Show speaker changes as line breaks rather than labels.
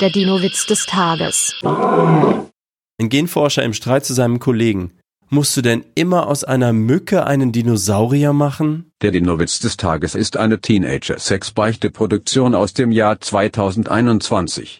Der Dino-Witz des Tages.
Ein Genforscher im Streit zu seinem Kollegen. Musst du denn immer aus einer Mücke einen Dinosaurier machen?
Der Dinowitz des Tages ist eine Teenager-Sex-Beichte-Produktion aus dem Jahr 2021.